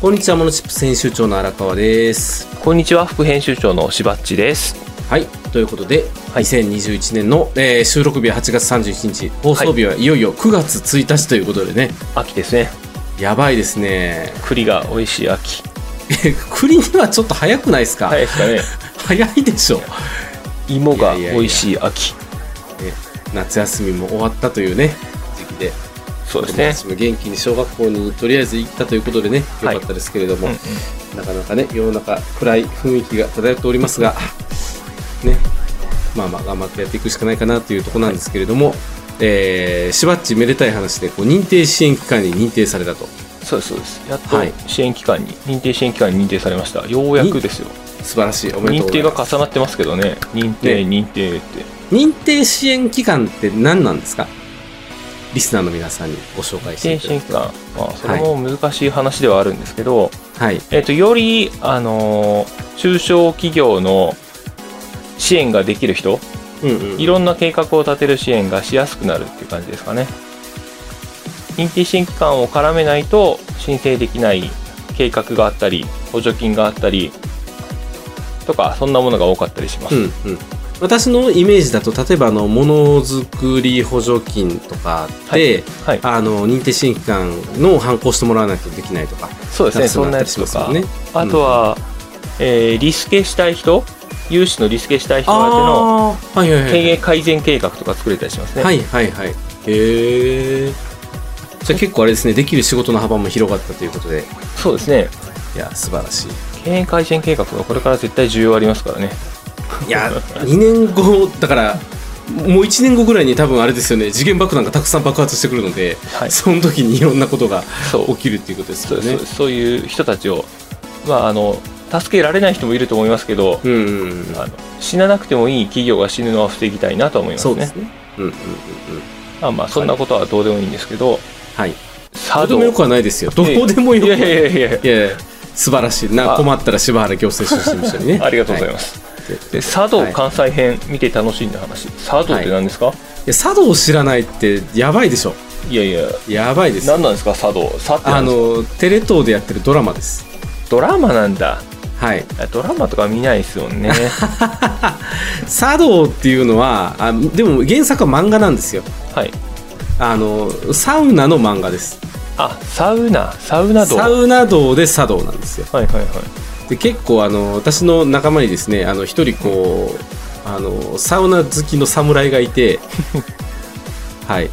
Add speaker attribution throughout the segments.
Speaker 1: こんにちは、モノチップ編集長の荒川です。
Speaker 2: こんにちは副編集長のしばっちです
Speaker 1: はい、ということで、2021年の、えー収録日は8月31日、放送日はいよいよ9月1日ということでね、
Speaker 2: 秋ですね
Speaker 1: やばいですね。
Speaker 2: 栗が美味しい秋
Speaker 1: え栗にはちょっと早くないですか、
Speaker 2: いですかね
Speaker 1: 早いでしょ。
Speaker 2: 芋が美味しい秋
Speaker 1: ね夏休みも終わったというね、時期で、
Speaker 2: そうです
Speaker 1: 子供
Speaker 2: ね
Speaker 1: たちも元気に小学校にとりあえず行ったということでね、よ
Speaker 2: はい
Speaker 1: かったですけれども、
Speaker 2: うんうん
Speaker 1: なかなかね、世の中暗い雰囲気が漂っておりますが、ね、まあまあ頑張ってやっていくしかないかなというところなんですけれども、えーしばっちめでたい話で、こう認定支援機関に認定されたと。
Speaker 2: そうですそうですやっ
Speaker 1: はい
Speaker 2: と支援機関に、認定支援機関に認定されましたようやくですよ
Speaker 1: 素晴らしい。おめでとうご
Speaker 2: 認
Speaker 1: ざ
Speaker 2: 定
Speaker 1: い
Speaker 2: が
Speaker 1: ます。
Speaker 2: 重なってますけどね認定、認定って
Speaker 1: 認定支援機関って何なんですかリスナーの皆さんにご紹介し
Speaker 2: 認
Speaker 1: ていただ
Speaker 2: 定支援
Speaker 1: き
Speaker 2: 機関、まあ、それも難しい話ではあるんですけど、
Speaker 1: はい。
Speaker 2: えっとより、あのー中小企業の支援ができる人
Speaker 1: うんうん
Speaker 2: いろんな計画を立てる支援がしやすくなるっていう感じですかね。認定支援機関を絡めないと申請できない計画があったり、補助金があったり、とか、そんなものが多かったりします。
Speaker 1: うんうん、私のイメージだと例えばあのものづくり補助金とかで、
Speaker 2: はい。
Speaker 1: あの認定支援機関の判行してもらわないとできないとか
Speaker 2: そうですね、そんなやつとか。あとは、えーリスケしたい人、融資のリスケしたい人
Speaker 1: あ
Speaker 2: がての
Speaker 1: あーはいはいは
Speaker 2: 経
Speaker 1: い
Speaker 2: 営改善計画とか作れたりしますね。
Speaker 1: はいはいはいへえじゃあ結構あれですねできる仕事の幅も広がったということで
Speaker 2: そうですね、
Speaker 1: いや素晴らしい
Speaker 2: 経営改善計画はこれから絶対重要ありますからね。
Speaker 1: いや2年後だからもう1年後ぐらいに多分あれですよね時限爆弾がたくさん爆発してくるので、
Speaker 2: はい
Speaker 1: その時にいろんなことが
Speaker 2: そう
Speaker 1: 起きるっていうことです
Speaker 2: そう
Speaker 1: よ
Speaker 2: です
Speaker 1: ね
Speaker 2: そうですそういう人たちを、まあ、あの助けられない人もいると思いますけど、
Speaker 1: うんうんうん
Speaker 2: あの死ななくてもいい企業が死ぬのは防ぎたいなとは思います
Speaker 1: そうで
Speaker 2: ね
Speaker 1: す。ね。うんうんうんうん。
Speaker 2: まあまあ、そんなことはどうでもいいんですけど、
Speaker 1: はい。ど
Speaker 2: 茶
Speaker 1: うで
Speaker 2: 道
Speaker 1: もよくはないですよ。どう
Speaker 2: ええ
Speaker 1: でもよ
Speaker 2: い
Speaker 1: くは
Speaker 2: や
Speaker 1: ないい。い
Speaker 2: やいや い
Speaker 1: やいや素晴らしいな。
Speaker 2: あ
Speaker 1: 困ったら柴原行政書士務所にね。。
Speaker 2: や、ありがとうございますす。
Speaker 1: はい
Speaker 2: で、茶道関西編、見て楽しんだ話、茶道って何ですか、
Speaker 1: いや茶道を知らないってやばいでしょ。
Speaker 2: い、やいや、
Speaker 1: やばいですよ。
Speaker 2: 何なんですか、茶道、茶って
Speaker 1: あ
Speaker 2: 何ですか
Speaker 1: の、テレ東でやってるドラマです。
Speaker 2: ドラマなんだ、
Speaker 1: はい。
Speaker 2: あドラマとか見ないですも んね。
Speaker 1: 茶道っていうのは、あでも原作は漫画なんですよ。
Speaker 2: はい、
Speaker 1: あの、サウナの漫画です。
Speaker 2: あサウナ、サウナ道。
Speaker 1: サ
Speaker 2: はい
Speaker 1: ウナ道で茶道なんですよ。
Speaker 2: はいはい。
Speaker 1: で結構あの私の仲間にですねあの一人こうあのサウナ好きの侍がい てはい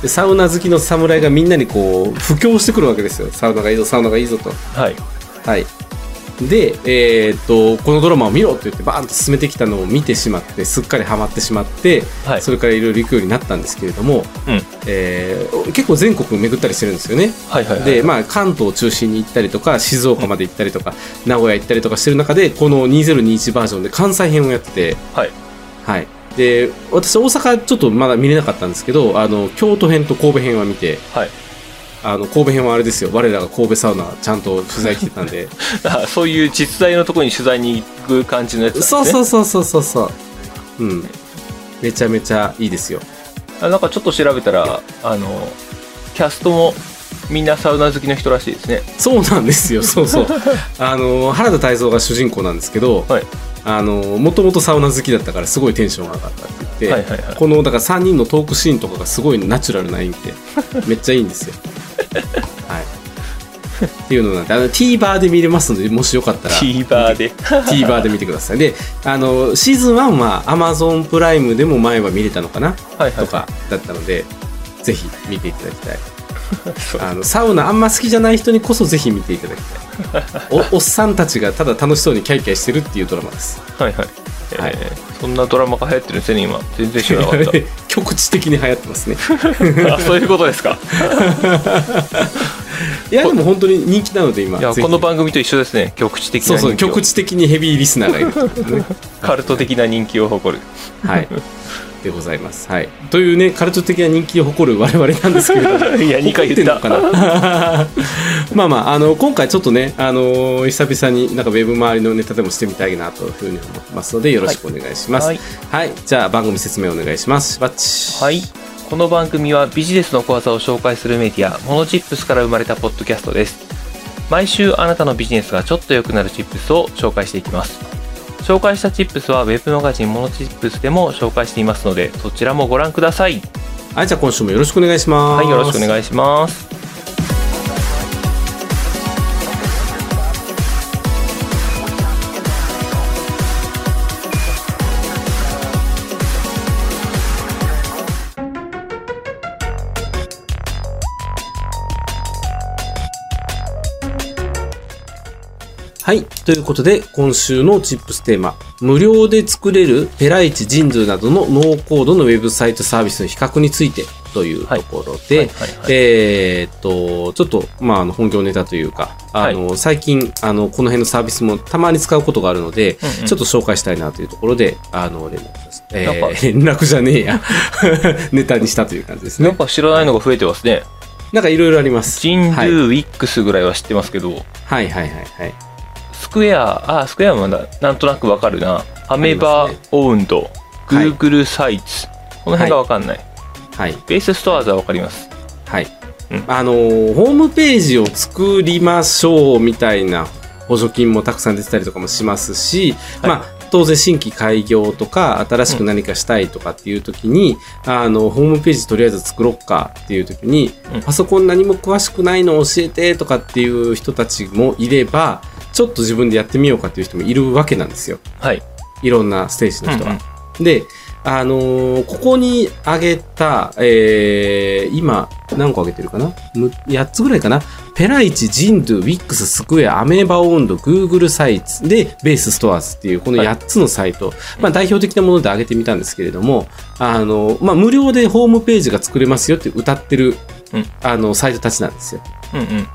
Speaker 1: でサウナ好きの侍がみんなにこう布教してくるわけですよサウナがいいぞサウナがいいぞと
Speaker 2: はい、
Speaker 1: はいで、えーっとこのドラマを見ろって言ってバーンと進めてきたのを見てしまってすっかりハマってしまって、
Speaker 2: はい
Speaker 1: それからいろいろ行くようになったんですけれども、
Speaker 2: うん、
Speaker 1: えー結構全国巡ったりしてるんですよね
Speaker 2: はいはいはい。
Speaker 1: で、まあ、関東を中心に行ったりとか静岡まで行ったりとか、名古屋行ったりとかしてる中でこの2021バージョンで関西編をやってて、
Speaker 2: はい、
Speaker 1: はい、で私大阪ちょっとまだ見れなかったんですけどあの京都編と神戸編は見て
Speaker 2: はい。
Speaker 1: あの神戸編はあれですよ我らが神戸サウナちゃんと取材来てたんで
Speaker 2: あそういう実在のところに取材に行く感じのやつなんです
Speaker 1: そ
Speaker 2: ね
Speaker 1: うそうそうそうそうそううんめちゃめちゃいいですよ
Speaker 2: あなんかちょっと調べたらあのキャストもみんなサウナ好きの人らしいですね
Speaker 1: そうなんですよそうそうあの原田泰造が主人公なんですけど、
Speaker 2: はい
Speaker 1: あのもともとサウナ好きだったからすごいテンションが上がったって言って、
Speaker 2: はいはいはい
Speaker 1: このだから3人のトークシーンとかがすごいナチュラルな演技で めっちゃいいんですよ。はい、っていうのなんであの TVer で見れますのでもしよかったら
Speaker 2: TVer で
Speaker 1: TVer で見てください。であのシーズン1は Amazon プライムでも前は見れたのかな
Speaker 2: はいは
Speaker 1: と
Speaker 2: い
Speaker 1: かだったのでぜひ見ていただきたい。
Speaker 2: そう
Speaker 1: あのサウナあんま好きじゃない人にこそぜひ見ていただきたいおおっさんたちがただ楽しそうにキャイキャイしてるっていうドラマです
Speaker 2: はいはい、えー
Speaker 1: はい
Speaker 2: そんなドラマが流行ってるんですね今全然知らな かっ
Speaker 1: 局地的に流行って ますね
Speaker 2: たあそういうことですか
Speaker 1: いやでも本当に人気なので今
Speaker 2: いや
Speaker 1: ぜひ
Speaker 2: この番組と一緒ですね局地的
Speaker 1: そ
Speaker 2: な
Speaker 1: うそ
Speaker 2: 人
Speaker 1: う
Speaker 2: 気を
Speaker 1: 局地的にヘビーリスナーがいるってこと ね
Speaker 2: カルト的な人気を 誇る
Speaker 1: はいでございますはいというねカルト的な人気を誇る我々なんですけれど も
Speaker 2: いや2回言っ
Speaker 1: 怒て
Speaker 2: た
Speaker 1: んのかな まあまああの今回ちょっとね、あのー久々になんかウェブ周りのネタでもしてみたいなというふうに思ってますのでよろしくお願いしますは
Speaker 2: はいい、
Speaker 1: じゃあ番組説明お願いしますバッチ
Speaker 2: はい。この番組はビジネスの小技を紹介するメディア、モノチップスから生まれたポッドキャストです。毎週あなたのビジネスがちょっと良くなるチップスを紹介していきます紹介したチップスはウェブマガジンモノチップスでも紹介していますのでそちらもご覧ください
Speaker 1: はい、じゃあ今週もよろしくお願いします。
Speaker 2: はいよろしくお
Speaker 1: い。
Speaker 2: 願いします
Speaker 1: はい、ということで今週のチップステーマ、無料で作れるペライチ、ジンズーなどのノーコードのウェブサイトサービスの比較についてというところで、
Speaker 2: はいはいはい
Speaker 1: えーっと、ちょっと、まあ、あの本業ネタというか、あの、最近、あの、この辺のサービスもたまに使うことがあるので、
Speaker 2: うんうん
Speaker 1: ちょっと紹介したいなというところで、あの、連絡です。え
Speaker 2: なん
Speaker 1: ー、連絡じゃねえ や。ネタにしたという感じです
Speaker 2: なん
Speaker 1: ね。
Speaker 2: か知らないのが増えてますね
Speaker 1: なんかいろいろあります。
Speaker 2: ジンド
Speaker 1: はい
Speaker 2: ゥウィックスぐらいは知ってますけど、
Speaker 1: はいはいはいはい。
Speaker 2: スクエアあスクエアはまだなんとなくわかるなアメバ
Speaker 1: あります
Speaker 2: オウンドグ
Speaker 1: はい
Speaker 2: ーグルサイツこの辺がわかんない、
Speaker 1: はい。
Speaker 2: ベースストアーズはわかります
Speaker 1: はい。
Speaker 2: うん
Speaker 1: あのーホームページを作りましょうみたいな補助金もたくさん出てたりとかもしますし、
Speaker 2: はい
Speaker 1: まあ、当然新規開業とか、新しく何かしたいとかっていう時に、あの、ホームページとりあえず作ろっかっていう時に、
Speaker 2: うん
Speaker 1: パソコン何も詳しくないの教えてとかっていう人たちもいれば、ちょっと自分でやってみようかっていう人もいるわけなんですよ。
Speaker 2: はい
Speaker 1: いろんなステージの人が。
Speaker 2: うん
Speaker 1: で、あのーここに挙げた、えー、今、何個挙げてるかなむ ?8 つぐらいかなペライチ、ジンドゥ、ウィックス、スクエア、アメーバオンド、グーグルサイツで、ベースストアーズっていう、この
Speaker 2: はい
Speaker 1: 8つのサイト、まあ代表的なもので挙げてみたんですけれども、あのーまあ無料でホームページが作れますよって歌ってる、
Speaker 2: うん
Speaker 1: あの、サイトたちなんですよ。
Speaker 2: うんうん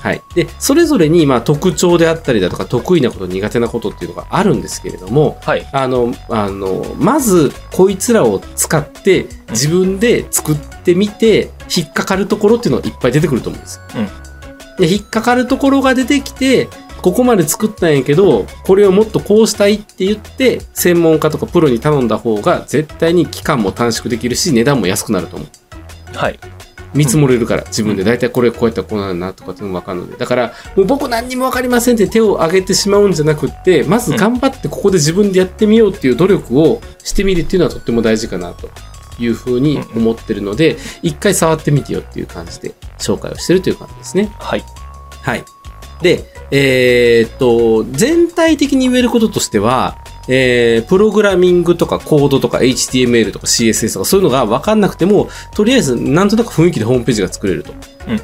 Speaker 1: はい。で、それぞれに、まあ特徴であったりだとか、得意なこと、苦手なことっていうのがあるんですけれども、
Speaker 2: はい
Speaker 1: あの、あの、まず、こいつらを使って、自分で作ってみて、引っかかるところっていうのがいっぱい出てくると思うんですよ。で、引っかかるところが出てきて、ここまで作ったんやけど、これをもっとこうしたいって言って、専門家とかプロに頼んだ方が、絶対に期間も短縮できるし、値段も安くなると思う。
Speaker 2: はい
Speaker 1: 見積もれるから、自分で大体これこうやったらこうなるなとかっていうのも分かるのでだからもう僕何にも分かりませんって手を挙げてしまうんじゃなくってまず頑張ってここで自分でやってみようっていう努力をしてみるっていうのはとっても大事かなというふうに思ってるので一回触ってみてよっていう感じで紹介をしてるという感じですね。
Speaker 2: はい
Speaker 1: はい。で、えーっと、全体的に言えることとしては、えー、プログラミングとかコードとか HTML とか CSS とかそういうのが分かんなくても、とりあえずなんとなく雰囲気でホームページが作れると。
Speaker 2: うん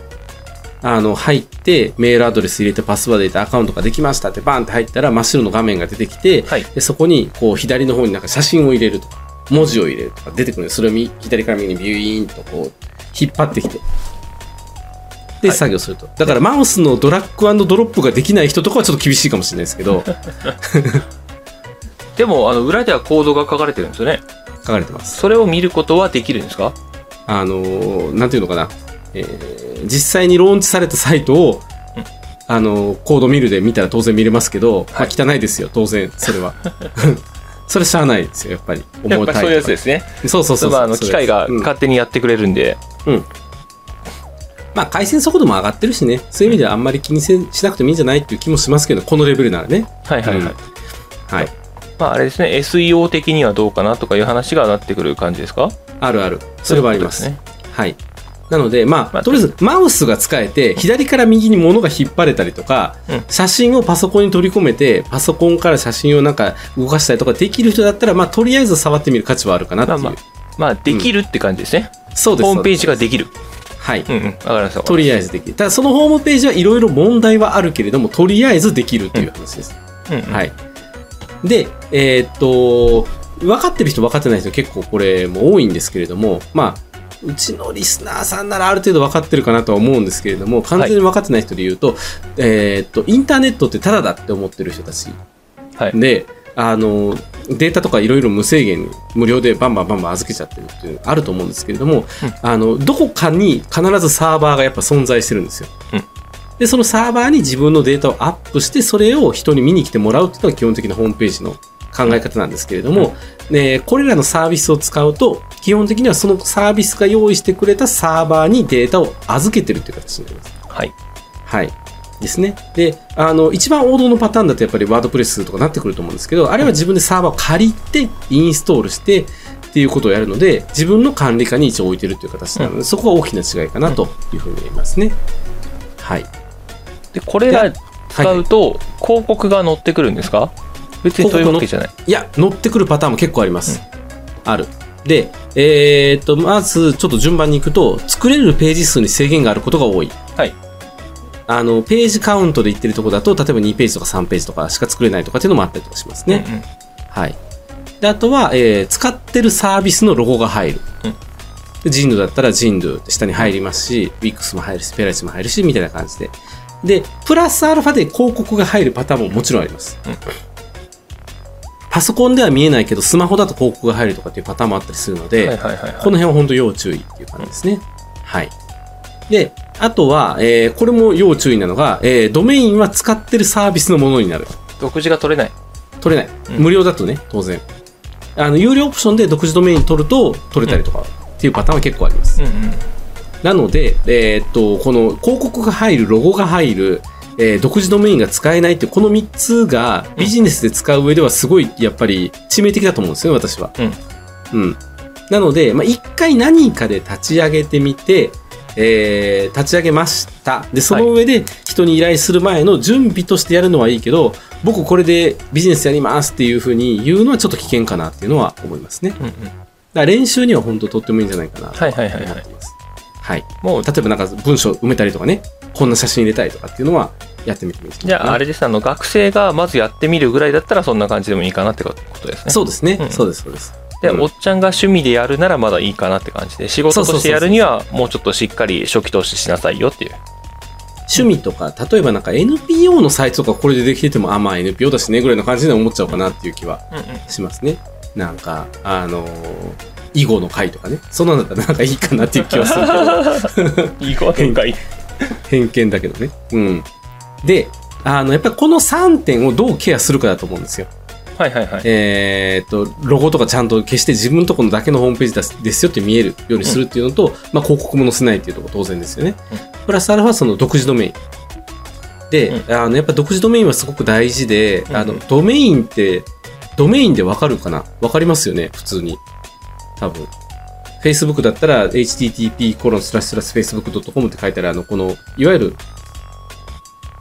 Speaker 1: あの、入って、メールアドレス入れて、パスワード入れて、アカウントができましたってバーンって入ったら真っ白の画面が出てきて、
Speaker 2: はい
Speaker 1: でそこに、こう、左の方になんか写真を入れるとか、文字を入れるとか出てくるんでそれを右左から右にビューイーンとこう、引っ張ってきて、で、
Speaker 2: はい
Speaker 1: 作業すると。だから、マウスのドラッグアンドドロップができない人とかはちょっと厳しいかもしれないですけ ど、
Speaker 2: でもあの裏ではコードが書かれてるんですよね
Speaker 1: 書かれてます。
Speaker 2: それを見ることはできるんですか
Speaker 1: あのーなんていうのかな、えー実際にローンチされたサイトを、
Speaker 2: うん
Speaker 1: あのーコード見るで見たら当然見れますけど、まあ汚いですよ、当然、それ は。それしゃあないですよ、やっぱり。。
Speaker 2: やっぱりそういうやつですすね
Speaker 1: そうそうそうそう。
Speaker 2: まああの機械が
Speaker 1: うん
Speaker 2: 勝手にやってくれるんで、
Speaker 1: まあ、回線速度も上がってるしね、そういう意味ではあんまり気にせんしなくてもいいんじゃないっていう気もしますけど、このレベルならね。
Speaker 2: はいはいはい、
Speaker 1: うんはい。
Speaker 2: まああれですね SEO 的にはどうかなとかいう話がなってくる感じですか
Speaker 1: あるある。それはあります。
Speaker 2: そういうこ
Speaker 1: はい。なので、ま
Speaker 2: まあ
Speaker 1: あ、とりあえずマウスが使えて、左から右に物が引っ張れたりとか
Speaker 2: うん、
Speaker 1: 写真をパソコンに取り込めて、パソコンから写真をなんか動かしたりとかできる人だったら、まあ、とりあえず触ってみる価値はあるかなっていう。
Speaker 2: まあとですねまあできるって感じですね、
Speaker 1: そうです。
Speaker 2: ホームページが
Speaker 1: そう
Speaker 2: できる
Speaker 1: です。はい。
Speaker 2: うんうんわかりました
Speaker 1: とりあえずできる。ただ、そのホームページはいろいろ問題はあるけれども、とりあえずできるっていう話です。
Speaker 2: うんうん
Speaker 1: はい。で、えーっと、分かってる人分かってない人結構これも多いんですけれども、まあ、うちのリスナーさんならある程度分かってるかなとは思うんですけれども、完全に分かってない人で言うと、えーっと、インターネットってタダだって思ってる人たち
Speaker 2: はい
Speaker 1: で、あの、データとかいろいろ無制限に無料でバンバンバンバン預けちゃってるっていうのあると思うんですけれども、あの、どこかに必ずサーバーがやっぱ存在してるんですよ。
Speaker 2: うん
Speaker 1: で、そのサーバーに自分のデータをアップして、それを人に見に来てもらうっていうのが基本的なホームページの考え方なんですけれども、ねこれらのサービスを使うと、基本的にはそのサービスが用意してくれたサーバーにデータを預けてるっていう形になります。
Speaker 2: はい
Speaker 1: はい。ですね。で、あの、一番王道のパターンだとやっぱりワードプレスとかなってくると思うんですけど、あれは自分でサーバーを借りて、インストールして、っていうことをやるので、自分の管理下に一応置いてるっていう形なので、そこが大きな違いかなというふうに思いますね。はい。
Speaker 2: でこれら使うと広告が載ってくるんですか別にそういうわけじゃない
Speaker 1: いや、乗ってくるパターンも結構あります。ある。で、えーっと、まず、ちょっと順番に行くと、作れるページ数に制限があることが多い。
Speaker 2: はい。
Speaker 1: あの、ページカウントで言ってるとこだと、例えば2ページとか3ページとかしか作れないとかっていうのもあったりとかしますね。
Speaker 2: うんうん
Speaker 1: はい。で、あとは、えー使ってるサービスのロゴが入る。
Speaker 2: うん
Speaker 1: でジンドだったらジンド下に入りますし、ウィックスも入るし、ペライチも入るし、みたいな感じで。で、プラスアルファで広告が入るパターンももちろんあります。
Speaker 2: うん
Speaker 1: パソコンでは見えないけど、スマホだと広告が入るとかっていうパターンもあったりするので、
Speaker 2: はいはいはいはい
Speaker 1: この辺は本当要注意っていう感じですね。はい。で、あとは、えーこれも要注意なのが、えードメインは使ってるサービスのものになる。
Speaker 2: 独自が取れない
Speaker 1: 取れない、
Speaker 2: うん
Speaker 1: 無料だとね当然あの有料オプションで独自ドメイン取ると取れたりとかっていうパターンは結構あります、
Speaker 2: うんうん
Speaker 1: なので、えーっとこの広告が入るロゴが入る、えー独自ドメインが使えないってこの3つがビジネスで使う上ではすごいやっぱり致命的だと思うんですよね私はうん、なので、まあ、1回何かで立ち上げてみてえー立ち上げました。で、その上で人に依頼する前の準備としてやるのはいいけど、僕これでビジネスやりますっていうふうに言うのはちょっと危険かなっていうのは思いますね。だか
Speaker 2: うんうん
Speaker 1: ら練習には本当とってもいいんじゃないかなと
Speaker 2: はいはいはい
Speaker 1: 思
Speaker 2: は
Speaker 1: っ
Speaker 2: い
Speaker 1: てます。はい。
Speaker 2: もう
Speaker 1: 例えばなんか文章埋めたりとかね、こんな写真入れたりとかっていうのはやってみてもいいですね
Speaker 2: じゃああれですあの学生がまずやってみるぐらいだったらそんな感じでもいいかなってことですね
Speaker 1: そうですね。
Speaker 2: うん
Speaker 1: そうです、そうです。
Speaker 2: で、
Speaker 1: うん
Speaker 2: おっちゃんが趣味でやるならまだいいかなって感じで仕事としてやるにはもうちょっとしっかり初期投資しなさいよっていう
Speaker 1: 趣味とか、例えばなんか NPO のサイトとかこれでできてても、あ、まあ NPO だしねぐらいの感じで思っちゃおうかなっていう気は
Speaker 2: うんうん
Speaker 1: しますね。なんか、あのー囲碁の回とかね。そんなのだったらなんかいいかなっていう気はするけど。
Speaker 2: いいことかいい
Speaker 1: 偏見だけどね。うん。で、あの、やっぱりこの3点をどうケアするかだと思うんですよ。
Speaker 2: はいはいはい
Speaker 1: えーっと、ロゴとかちゃんと消して自分とこのだけのホームページですですよって見えるようにするっていうのと、まあ広告も載せないっていうところ当然ですよね
Speaker 2: うん。
Speaker 1: プラスアルファその独自ドメイン。で、あの、やっぱ独自ドメインはすごく大事で、あ
Speaker 2: う
Speaker 1: の
Speaker 2: んうん、
Speaker 1: ドメインって、ドメインでわかるかなわかりますよね普通に。多分。Facebook だったら、http:// facebook.com って書いたら、あの、この、いわゆる、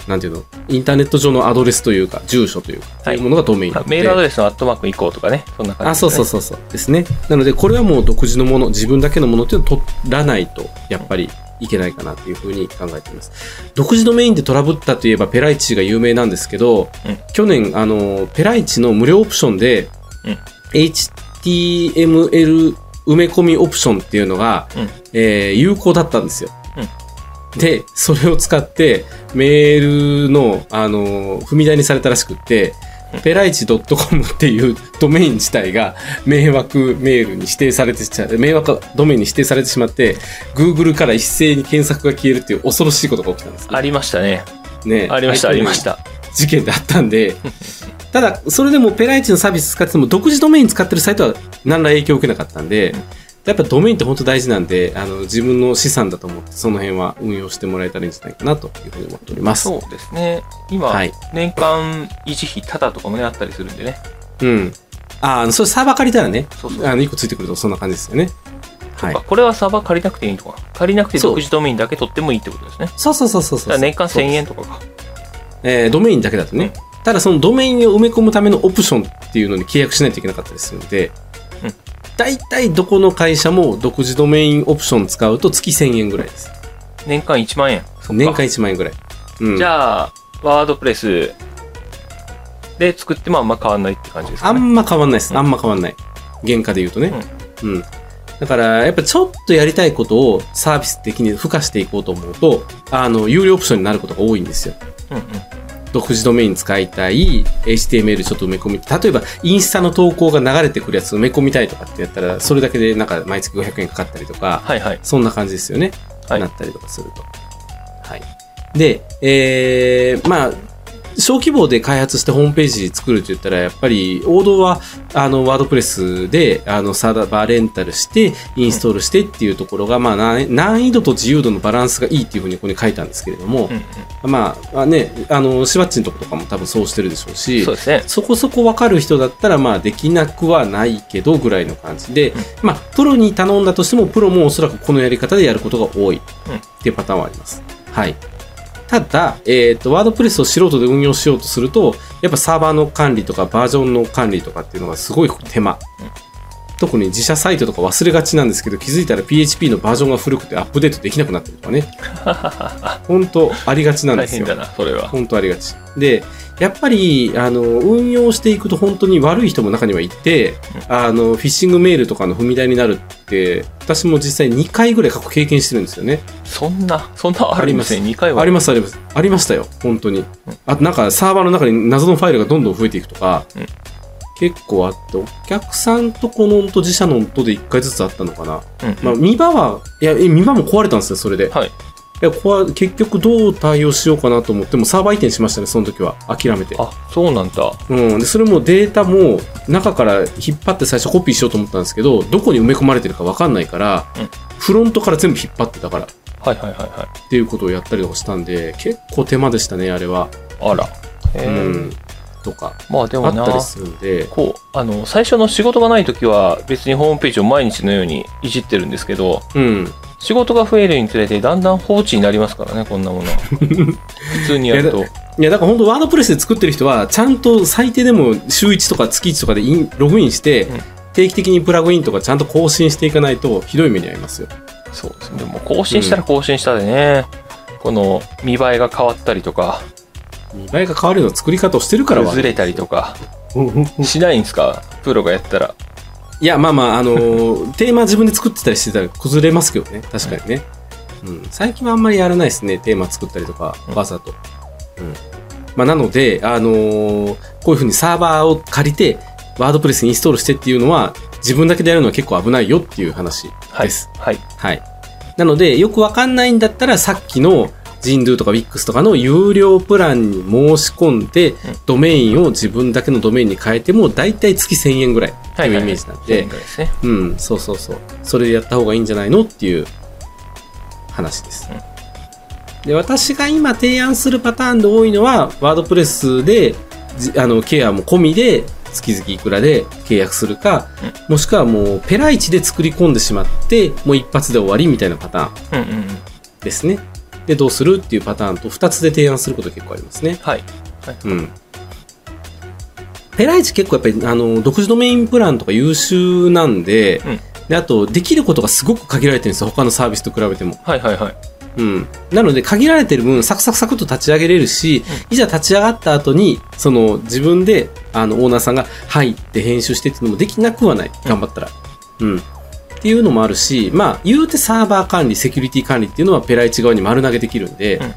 Speaker 1: なんていうの、インターネット上のアドレスというか、住所というか、
Speaker 2: はい
Speaker 1: というものがドメイン
Speaker 2: あメールアドレスのアットマーク以降とかねそんな感じ
Speaker 1: あそうそう
Speaker 2: そ
Speaker 1: そうそうですねなのでこれはもう独自のもの自分だけのものっていうのを取らないとやっぱりいけないかなっていうふうに考えています独自ドメインでトラブったといえばペライチが有名なんですけど、
Speaker 2: うん
Speaker 1: 去年あのペライチの無料オプションで、
Speaker 2: うん
Speaker 1: HTML 埋め込みオプションっていうのが、
Speaker 2: うん
Speaker 1: えー有効だったんですよ、でそれを使ってメールの、あの踏み台にされたらしくってペライチ .com っていう ドメイン自体が迷惑メールに指定されてしまう迷惑ドメインに指定されてしまって Google から一斉に検索が消えるっていう恐ろしいことが起きたんですね
Speaker 2: ありましたね
Speaker 1: ね
Speaker 2: ありましたありました
Speaker 1: 事件だったん でただそれでもペライチのサービス使っても独自ドメイン使ってるサイトは何ら影響を受けなかったんでやっぱドメインって本当大事なんであの自分の資産だと思ってその辺は運用してもらえたらいいんじゃないかなというふうに思っております
Speaker 2: そうですね今、
Speaker 1: はい
Speaker 2: 年間維持費タダとかもねあったりするんでね
Speaker 1: うんああのそれサーバー借りたらね
Speaker 2: そうそう
Speaker 1: あの1個ついてくるとそんな感じですよねはい
Speaker 2: あこれはサーバー借りなくていいのか借りなくて
Speaker 1: そう
Speaker 2: 独自ドメインだけ取ってもいいってことですね
Speaker 1: そうそうそうそう
Speaker 2: だか
Speaker 1: そう
Speaker 2: ら年間1000円とかか
Speaker 1: えードメインだけだとね。ただそのドメインを埋め込むためのオプションっていうのに契約しないといけなかったりするので、
Speaker 2: うん
Speaker 1: 大体どこの会社も独自ドメインオプション使うと月1000円ぐらいです。
Speaker 2: 年間1万円そっか
Speaker 1: 年間1万円ぐらい。うん、
Speaker 2: じゃあ、ワードプレスで作ってもあんま変わんないって感じです
Speaker 1: あ
Speaker 2: かね。
Speaker 1: んま変わんないです。
Speaker 2: うん
Speaker 1: あんま変わんない。原価で言うとね。うん。だから、やっぱちょっとやりたいことをサービス的に付加していこうと思うと、あの、有料オプションになることが多いんですよ。
Speaker 2: うんうん。
Speaker 1: 独自ドメイン使いたい、HTML ちょっと埋め込み、例えばインスタの投稿が流れてくるやつ埋め込みたいとかってやったら、それだけでなんか毎月500円かかったりとか、
Speaker 2: はいはい。
Speaker 1: そんな感じですよね。
Speaker 2: はい
Speaker 1: なったりとかすると。はい。で、えー、まあ、小規模で開発してホームページ作るって言ったら、やっぱり王道は、あの、ワードプレスで、あの、サーバーレンタルして、インストールしてっていうところが、まあ、難難易度と自由度のバランスがいいっていうふうにここに書いたんですけれども
Speaker 2: うん、
Speaker 1: まあ、あね、あの、しばっちのとことかも多分そうしてるでしょう
Speaker 2: う
Speaker 1: し、
Speaker 2: ん、そうですね。
Speaker 1: そこそこ分かる人だったら、まあ、できなくはないけどぐらいの感じで、まあ、プロに頼んだとしても、プロもおそらくこのやり方でやることが多い
Speaker 2: うん
Speaker 1: っていうパターンはあります。はい。ただ、えっ、と、ワードプレスを素人で運用しようとすると、やっぱサーバーの管理とかバージョンの管理とかっていうのがすごい手間。特に自社サイトとか忘れがちなんですけど、気づいたら PHP のバージョンが古くてアップデートできなくなってるとかね。本当ありがちなん
Speaker 2: 大
Speaker 1: です
Speaker 2: 変
Speaker 1: よ
Speaker 2: だ。な、それは。
Speaker 1: 本当ありがち。で、やっぱり、あの、運用していくと本当に悪い人も中にはいて、あの、フィッシングメールとかの踏み台になるって、私も実際2回ぐらい過去経験してるんですよね。
Speaker 2: そんな、そんなありますね。
Speaker 1: あり
Speaker 2: 2回は。
Speaker 1: あります、あります。ありましたよ、本当に。あと、なんかサーバーの中に謎のファイルがどんどん増えていくとか、
Speaker 2: うん
Speaker 1: 結構あって、お客さんとこの音と自社の音で1回ずつあったのかな。
Speaker 2: うん
Speaker 1: まあ、ミバは、いや、えミバも壊れたんですよ、それで。
Speaker 2: はい。
Speaker 1: いやここは結局どう対応しようかなと思って、もうサーバー移転しましたね、その時は。諦めて。
Speaker 2: あ、そうなんだ。
Speaker 1: うん、でそれもデータも中から引っ張って最初コピーしようと思ったんですけどどこに埋め込まれてるか分かんないから、
Speaker 2: うん
Speaker 1: フロントから全部引っ張ってたからっ
Speaker 2: はいはいはいは
Speaker 1: ていうことをやったりとかしたんで結構手間でしたねあれは、
Speaker 2: い。あら。えー
Speaker 1: うん、とか
Speaker 2: まあで
Speaker 1: あ
Speaker 2: も
Speaker 1: っ
Speaker 2: な
Speaker 1: た、りするんで
Speaker 2: こう、あの、最初の仕事がない時は別にホームページを毎日のようにいじってるんですけど、
Speaker 1: うん
Speaker 2: 仕事が増えるにつれてだんだん放置になりますからね、こんなも のは。普通にやると。
Speaker 1: いやだから本当ワードプレスで作ってる人はちゃんと最低でも週1とか月1とかでインログインして、
Speaker 2: うん
Speaker 1: 定期的にプラグインとかちゃんと更新していかないとひどい目に遭いますよ
Speaker 2: そうですね。でも更新したら更新したでね、この見栄えが変わったりとか、
Speaker 1: 見栄えが変わるような作り方をしてるからは
Speaker 2: 崩れたりとか、
Speaker 1: い
Speaker 2: しないんですかプロがやったら。
Speaker 1: や、まあまあ、あの ーテーマ自分で作ってたりしてたら崩れますけどね。確かにね。うん。最近はあんまりやらないですね。テーマ作ったりとか
Speaker 2: う、ん
Speaker 1: わざと。うん。まあ、なので、あのーこういうふうにサーバーを借りて、ワードプレスインストールしてっていうのは、自分だけでやるのは結構危ないよっていう話
Speaker 2: はい
Speaker 1: です。。
Speaker 2: はい。
Speaker 1: はい。なので、よくわかんないんだったら、さっきの Jindu とか Wix とかの有料プランに申し込んで、ドメインを自分だけのドメインに変えても、だいたい月1000円ぐらいって
Speaker 2: はいいうは
Speaker 1: イ
Speaker 2: い
Speaker 1: メージなんで、
Speaker 2: そうですね。
Speaker 1: うん、そうそうそう。それでやった方がいいんじゃないのっていう話です。で、私が今提案するパターンで多いのは、ワードプレスで、じあの、ケアも込みで、月々いくらで契約するか、もしくはもう、ペライチで作り込んでしまって、もう一発で終わりみたいなパターン
Speaker 2: うんうんうん。
Speaker 1: ですね。で、どうするっていうパターンと、二つで提案すること結構ありますね。
Speaker 2: はい。
Speaker 1: うん。ペライチ結構やっぱり、あの、独自ドメインプランとか優秀なんで、
Speaker 2: うん
Speaker 1: で、あと、できることがすごく限られてるんですよ。他のサービスと比べても。
Speaker 2: はいはいはい。
Speaker 1: うん。なので、限られてる分、サクサクサクっと立ち上げれるし、いざ立ち上がった後に、その、自分で、あの、オーナーさんが、はいって編集してっていうのもできなくはない。頑張ったら。うん。っていうのもあるし、まあ、言うてサーバー管理、セキュリティ管理っていうのは、ペライチ側に丸投げできるんで、
Speaker 2: うん
Speaker 1: ま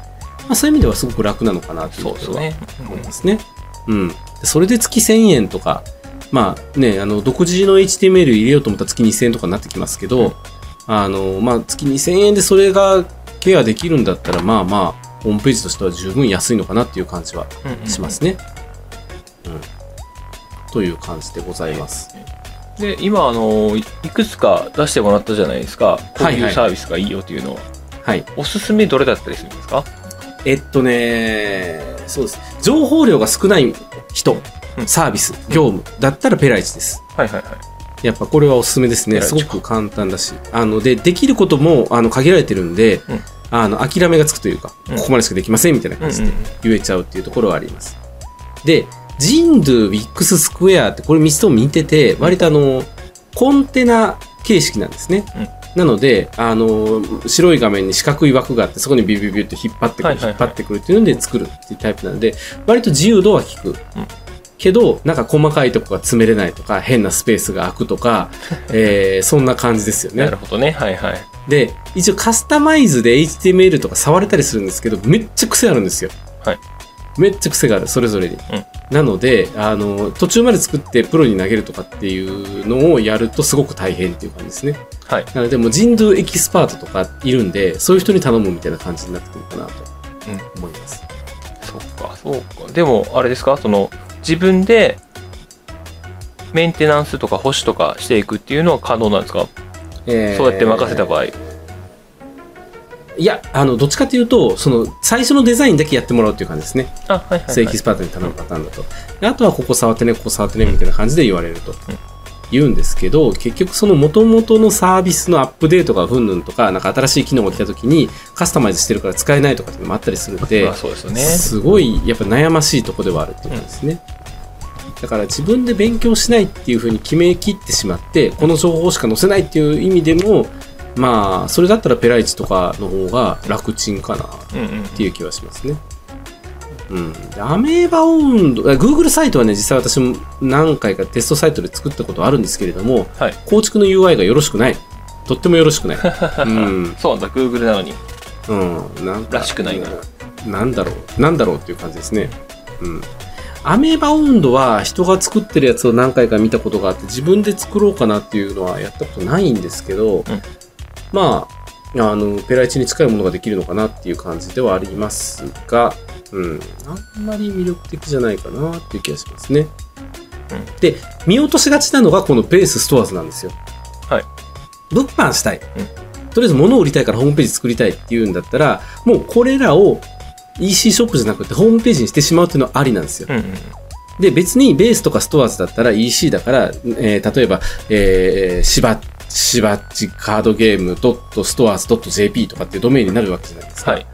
Speaker 1: あ、そういう意味ではすごく楽なのかなっていう
Speaker 2: そ
Speaker 1: と
Speaker 2: うで
Speaker 1: こ
Speaker 2: す
Speaker 1: ろは
Speaker 2: ね。う
Speaker 1: 思い
Speaker 2: ん
Speaker 1: ますね。うん。でそれで月1000円とか、まあね、あの、独自の HTML 入れようと思ったら月2000円とかになってきますけど、
Speaker 2: うん
Speaker 1: あの、まあ月2000円でそれがケアできるんだったら、まあまあ、ホームページとしては十分安いのかなっていう感じは
Speaker 2: うんうん
Speaker 1: しますね。うん。という感じでございます。
Speaker 2: で今あのいいくつか出してもらったじゃないですかこう
Speaker 1: はい
Speaker 2: い
Speaker 1: は
Speaker 2: う
Speaker 1: い
Speaker 2: サービスがいいよというのを、
Speaker 1: はい。
Speaker 2: おすすめどれだったりするんですか
Speaker 1: えっとね、そうです。情報量が少ない人、
Speaker 2: うん
Speaker 1: サービス、業務だったらペライチです。
Speaker 2: はいはいはい
Speaker 1: やっぱこれはおすすめですね。
Speaker 2: ペラ
Speaker 1: す
Speaker 2: イチ
Speaker 1: ご
Speaker 2: か
Speaker 1: く簡単だし。あの、で、できることも、あの、限られてるんで、
Speaker 2: うん
Speaker 1: あの、諦めがつくというか、
Speaker 2: うん
Speaker 1: ここまでしかできませんみたいな感じ
Speaker 2: うん
Speaker 1: で
Speaker 2: うん
Speaker 1: 言えちゃうっていうところはあります。で、ジンドゥ、ウィックス、スクエアって、これ3つとも似てて、割とあの、コンテナ形式なんですね。
Speaker 2: うん
Speaker 1: なので、あの、白い画面に四角い枠があって、そこにビュービュービューって引っ張ってくる、
Speaker 2: はいはいはい
Speaker 1: 引っ張ってくるっていうので作るっていうタイプなので、割と自由度は効く。
Speaker 2: ん
Speaker 1: けど、なんか細かいとこが詰めれないとか、変なスペースが空くと か、えーそんな感じですよ
Speaker 2: な
Speaker 1: ね
Speaker 2: る。ほどねはいはい
Speaker 1: で、一応カスタマイズで HTML とか触れたりするんですけど、めっちゃ癖あるんですよ。
Speaker 2: はい
Speaker 1: めっちゃ癖がある、それぞれに。なので、あの、途中まで作ってプロに投げるとかっていうのをやるとすごく大変っていう感じですね。
Speaker 2: はい
Speaker 1: なので、もう人道エキスパートとかいるんで、そういう人に頼むみたいな感じになってくるかなと
Speaker 2: うん
Speaker 1: 思います。
Speaker 2: そそっかそうかでもあれですかその自分でメンテナンスとか保守とかしていくっていうのは可能なんですか、
Speaker 1: えー
Speaker 2: そうやって任せた場合
Speaker 1: いやあのどっちかというとその最初のデザインだけやってもらうっていう感じですね
Speaker 2: あはいはい、はい、
Speaker 1: 正規エキスパートに頼むパターンだと、であとはここ触ってねここ触ってねみたいな感じで言われると、言うんですけど結局その元々のサービスのアップデートがふんぬんとかなんか新しい機能が来た時にカスタマイズしてるから使えないとかっていうのもあったりするんで
Speaker 2: まあそうですよね
Speaker 1: すごいやっぱ悩ましいとこではあるっていうことですね、だから自分で勉強しないっていうふうに決めきってしまってこの情報しか載せないっていう意味でもまあそれだったらペライチとかの方が楽ちんかな
Speaker 2: うんうん
Speaker 1: っていう気はしますね。うん、でアメーバ温度、あ Google サイトはね、実際私も何回かテストサイトで作ったことあるんですけれども、
Speaker 2: はい
Speaker 1: 構築の UI がよろしくない。とってもよろしく ない。うん。
Speaker 2: そうなんだ Google なのに
Speaker 1: うん。なんから
Speaker 2: しくないな
Speaker 1: うんなんだろう。なんだろうっていう感じですね。うん。アメーバ温度は人が作ってるやつを何回か見たことがあって、自分で作ろうかなっていうのはやったことないんですけど、まあ、あの、ペライチに近いものができるのかなっていう感じではありますが、うん、あんまり魅力的じゃないかなっていう気がしますね。
Speaker 2: うん
Speaker 1: で、見落としがちなのがこのベースストアーズなんですよ。
Speaker 2: はい。
Speaker 1: 物販したい。
Speaker 2: うん
Speaker 1: とりあえず物を売りたいからホームページ作りたいっていうんだったら、もうこれらを EC ショップじゃなくてホームページにしてしまうっていうのはありなんですよ。
Speaker 2: うんうん
Speaker 1: で、別にベースとかストアーズだったら EC だから、えー例えば、えー、しば、しばっちカードゲーム .stores.jp とかってドメインになるわけじゃないですか。
Speaker 2: はい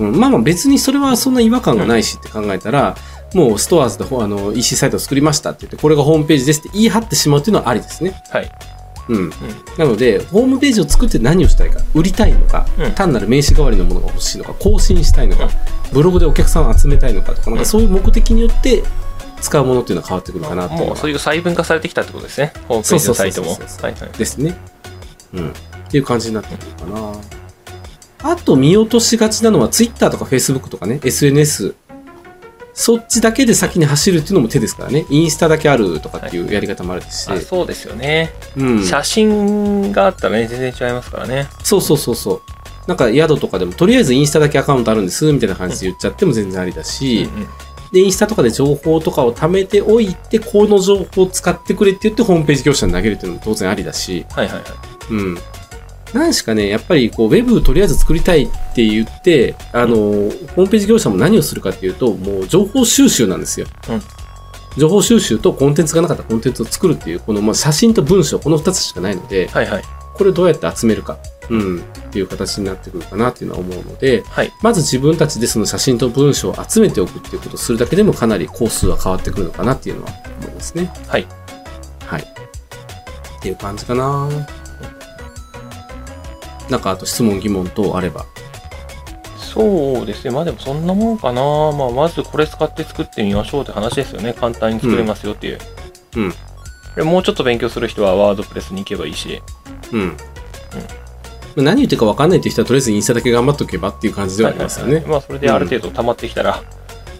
Speaker 1: うん、まあまあ別にそれはそんな違和感がないしって考えたら、もうストアーズでほあの EC サイトを作りましたって言って、これがホームページですって言い張ってしまうっていうのはありですね。
Speaker 2: はい
Speaker 1: うん。
Speaker 2: う
Speaker 1: なので、ホームページを作って何をしたいか、売りたいのか、
Speaker 2: うん
Speaker 1: 単なる名刺代わりのものが欲しいのか、更新したいのか、
Speaker 2: うん
Speaker 1: ブログでお客さんを集めたいのかとか、なん
Speaker 2: う
Speaker 1: か
Speaker 2: ん
Speaker 1: そういう目的によって使うものっていうのは変わってくるかなって
Speaker 2: ん
Speaker 1: いう
Speaker 2: も
Speaker 1: の
Speaker 2: うそう
Speaker 1: は
Speaker 2: いう細分化されてきたってことですねホームページのサイトも
Speaker 1: そうそうそうそう
Speaker 2: はいはい
Speaker 1: ですね。うん。っていう感じになってくるかな。あと見落としがちなのは Twitter とか Facebook とかね、SNS。そっちだけで先に走るっていうのも手ですからね。インスタだけあるとかっていうやり方もあるし。
Speaker 2: あそうですよね、
Speaker 1: うん。
Speaker 2: 写真があったらね全然違いますからね
Speaker 1: そうそうそうそう。なんか宿とかでも、とりあえずインスタだけアカウントあるんです、みたいな感じで言っちゃっても全然ありだし、
Speaker 2: うんうん
Speaker 1: で、インスタとかで情報とかを貯めておいて、この情報を使ってくれって言ってホームページ業者に投げるっていうのも当然ありだし、
Speaker 2: はいはいはい
Speaker 1: うん。何しかね、やっぱりこう、ウェブとりあえず作りたいって言って、あの、ホームページ業者も何をするかっていうと、もう情報収集なんですよ。
Speaker 2: うん
Speaker 1: 情報収集とコンテンツがなかったらコンテンツを作るっていう、この、まあ、写真と文章、この2つしかないので、
Speaker 2: はいはい
Speaker 1: これをどうやって集めるか、うん、っていう形になってくるかなっていうのは思うので、
Speaker 2: はい
Speaker 1: まず自分たちでその写真と文章を集めておくっていうことをするだけでもかなり工数は変わってくるのかなっていうのは思いますね。
Speaker 2: はい。
Speaker 1: はい。っていう感じかななんかあと質問疑問等あれば。
Speaker 2: そうですね、まあでもそんなもんかな、まあ、まずこれ使って作ってみましょうって話ですよね、簡単に作れますよっていう。
Speaker 1: うん
Speaker 2: でもうちょっと勉強する人はワードプレスに行けばいいし、
Speaker 1: うん。うん何言ってるか分かんないっていう人はとりあえずインスタだけ頑張っとけばっていう感じではありますよ
Speaker 2: はい
Speaker 1: ね
Speaker 2: はい。はいまあそれである程度溜まってきたら、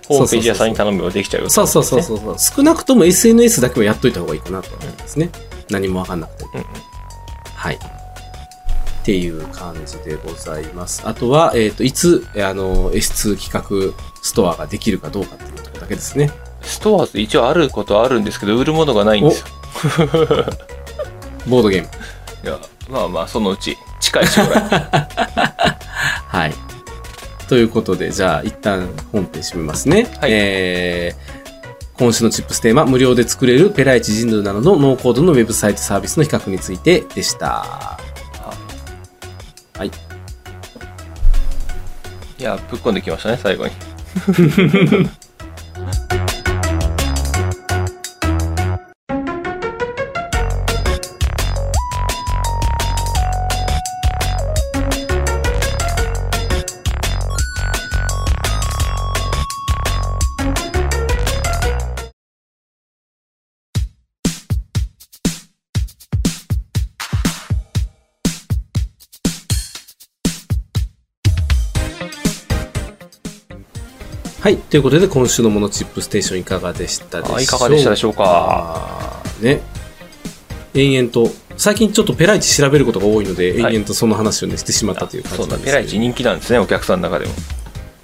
Speaker 2: ホームページ屋さんに頼めばできちゃうよって
Speaker 1: そ
Speaker 2: こ
Speaker 1: う
Speaker 2: と
Speaker 1: そう
Speaker 2: です
Speaker 1: そう
Speaker 2: ね
Speaker 1: そうそう。少なくとも SNS だけはやっといた方がいいかなと思いますね。何もわかんなくても。
Speaker 2: うんうん
Speaker 1: はい。っていう感じでございます。あとは、えっ、と、いつ、えーあの、S2 企画ストアができるかどうかっていうところだけですね。
Speaker 2: ストアーズ一応あることはあるんですけど、売るものがないんですよ。
Speaker 1: ボードゲーム。
Speaker 2: いやまあまあ、そのうち、近い 将来。
Speaker 1: はい。ということで、じゃあ、一旦本編締めますね。
Speaker 2: はい
Speaker 1: えー今週のチップステーマ、無料で作れるペライチ人道などのノーコードのウェブサイトサービスの比較についてでした。はい。
Speaker 2: いや、ぶっ込んできましたね、最後に。
Speaker 1: はい。ということで、今週のモノチップステーションいかがでしたでしょう
Speaker 2: あ
Speaker 1: か
Speaker 2: いかがでしたでしょうか。
Speaker 1: ね。延々と、最近ちょっとペライチ調べることが多いので、
Speaker 2: はい
Speaker 1: 延々とその話をね、してしまったという感
Speaker 2: そ
Speaker 1: じ
Speaker 2: う
Speaker 1: な
Speaker 2: だ、
Speaker 1: んですけど
Speaker 2: ペライチ人気なんですね、お客さんの中でも。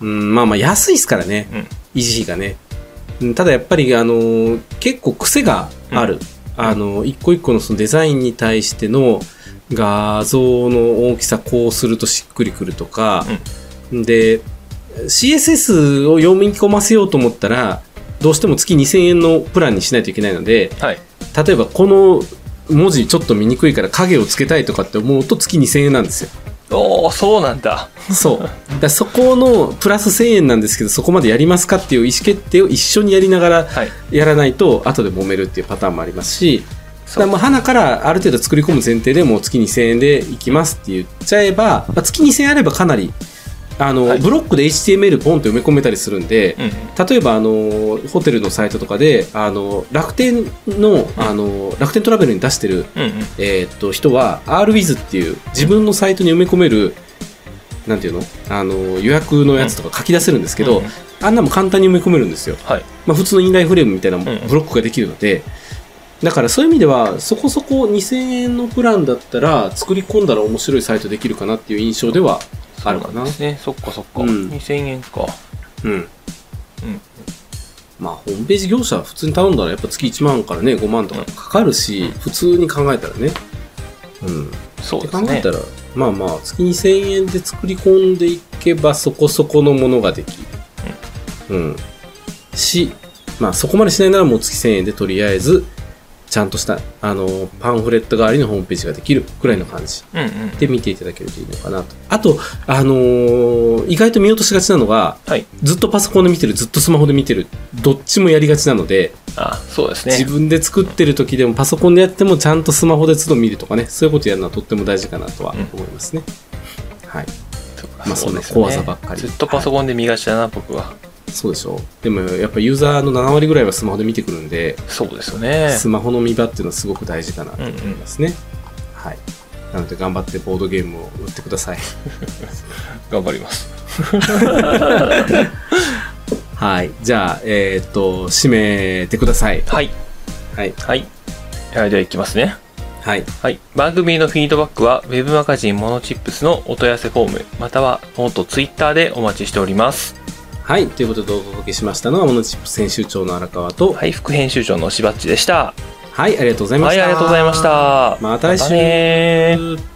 Speaker 1: うん、まあまあ安いですからね、
Speaker 2: うん
Speaker 1: 維持費がね。うんただやっぱり、あのー結構癖がある。あのー一個一個のそのデザインに対しての画像の大きさ、こうするとしっくりくるとか、で、CSS を読み込ませようと思ったら、どうしても月2000円のプランにしないといけないので、
Speaker 2: はい
Speaker 1: 例えばこの文字ちょっと見にくいから影をつけたいとかって思うと月2000円なんですよ。
Speaker 2: おおそうなんだ
Speaker 1: そう。だ からそこのプラス1000円なんですけど、そこまでやりますかっていう意思決定を一緒にやりながら
Speaker 2: はい
Speaker 1: やらないと、後で揉めるっていうパターンもありますし、だ
Speaker 2: そ
Speaker 1: から
Speaker 2: う
Speaker 1: まあ、花からある程度作り込む前提でもう月2000円でいきますって言っちゃえば、まあ、月2000円あればかなり、あの、
Speaker 2: はい
Speaker 1: ブロックで HTML ポンと埋め込めたりするんで、
Speaker 2: うんうん
Speaker 1: 例えばあのホテルのサイトとかであの楽天のあの楽天トラベルに出してる、
Speaker 2: うんうん
Speaker 1: えーっと人は RWiz っていう自分のサイトに埋め込めるなんていうのあの予約のやつとか書き出せるんですけど、
Speaker 2: うんうん
Speaker 1: あんなも簡単に埋め込めるんですよ、
Speaker 2: はい
Speaker 1: まあ、普通のインラインフレームみたいなブ
Speaker 2: ん
Speaker 1: ロックができるのでだからそういう意味ではそこそこ2000円のプランだったら作り込んだら面白いサイトできるかなっていう印象ではあるか
Speaker 2: そう
Speaker 1: なん
Speaker 2: ですねそっかそっか、
Speaker 1: うん
Speaker 2: 2000円か
Speaker 1: うん
Speaker 2: うん
Speaker 1: まあ、ホームページ業者は普通に頼んだらやっぱ月1万からね5万とかかかるし、普通に考えたらね。うん。
Speaker 2: そう
Speaker 1: って
Speaker 2: で
Speaker 1: 考
Speaker 2: す
Speaker 1: え
Speaker 2: ね
Speaker 1: たら、まあまあ、月2000円で作り込んでいけばそこそこのものができる。うん。し、まあそこまでしないならもう月1000円でとりあえず、ちゃんとした、あの、パンフレット代わりのホームページができるくらいの感じ。
Speaker 2: うんうん
Speaker 1: で見ていただけるといいのかなと。あと、あのー意外と見落としがちなのが、
Speaker 2: はい
Speaker 1: ずっとパソコンで見てる、ずっとスマホで見てる、どっちもやりがちなので、
Speaker 2: あそうです
Speaker 1: 自
Speaker 2: ね
Speaker 1: 分で作ってる時でもパソコンでやってもちゃんとスマホで都度見るとかね、そういうことやるのはとっても大事かなとは思いますね。はい。まあそんな
Speaker 2: ですよね
Speaker 1: 小技ばっかり
Speaker 2: ずっとパソコンで見がちだな、僕は
Speaker 1: そうでしょう。でもやっぱユーザーの7割ぐらいはスマホで見てくるんで、
Speaker 2: そうですよね
Speaker 1: スマホの見場っていうのはすごく大事かなと
Speaker 2: うんう
Speaker 1: 思い
Speaker 2: ん
Speaker 1: ますね。はい。なので頑張ってボードゲームを売ってください。
Speaker 2: 頑張ります
Speaker 1: はい。じゃあ、えーっと、締めてください。
Speaker 2: はい
Speaker 1: はい。
Speaker 2: はいはいではいきますね
Speaker 1: はい。
Speaker 2: はい。番組へのフィードバックは、ウェブマガジンモノチップスのお問い合わせフォーム、または、ノート、ツイッターでお待ちしております。
Speaker 1: はい。ということでお届けしましたのは、モノチップ編集長の荒川と、はい、
Speaker 2: はい。副編集長のしばっちでした。
Speaker 1: ありがとうございま
Speaker 2: は
Speaker 1: し
Speaker 2: い、
Speaker 1: た。
Speaker 2: ありがとうございました。
Speaker 1: また来週
Speaker 2: ねー
Speaker 1: 週。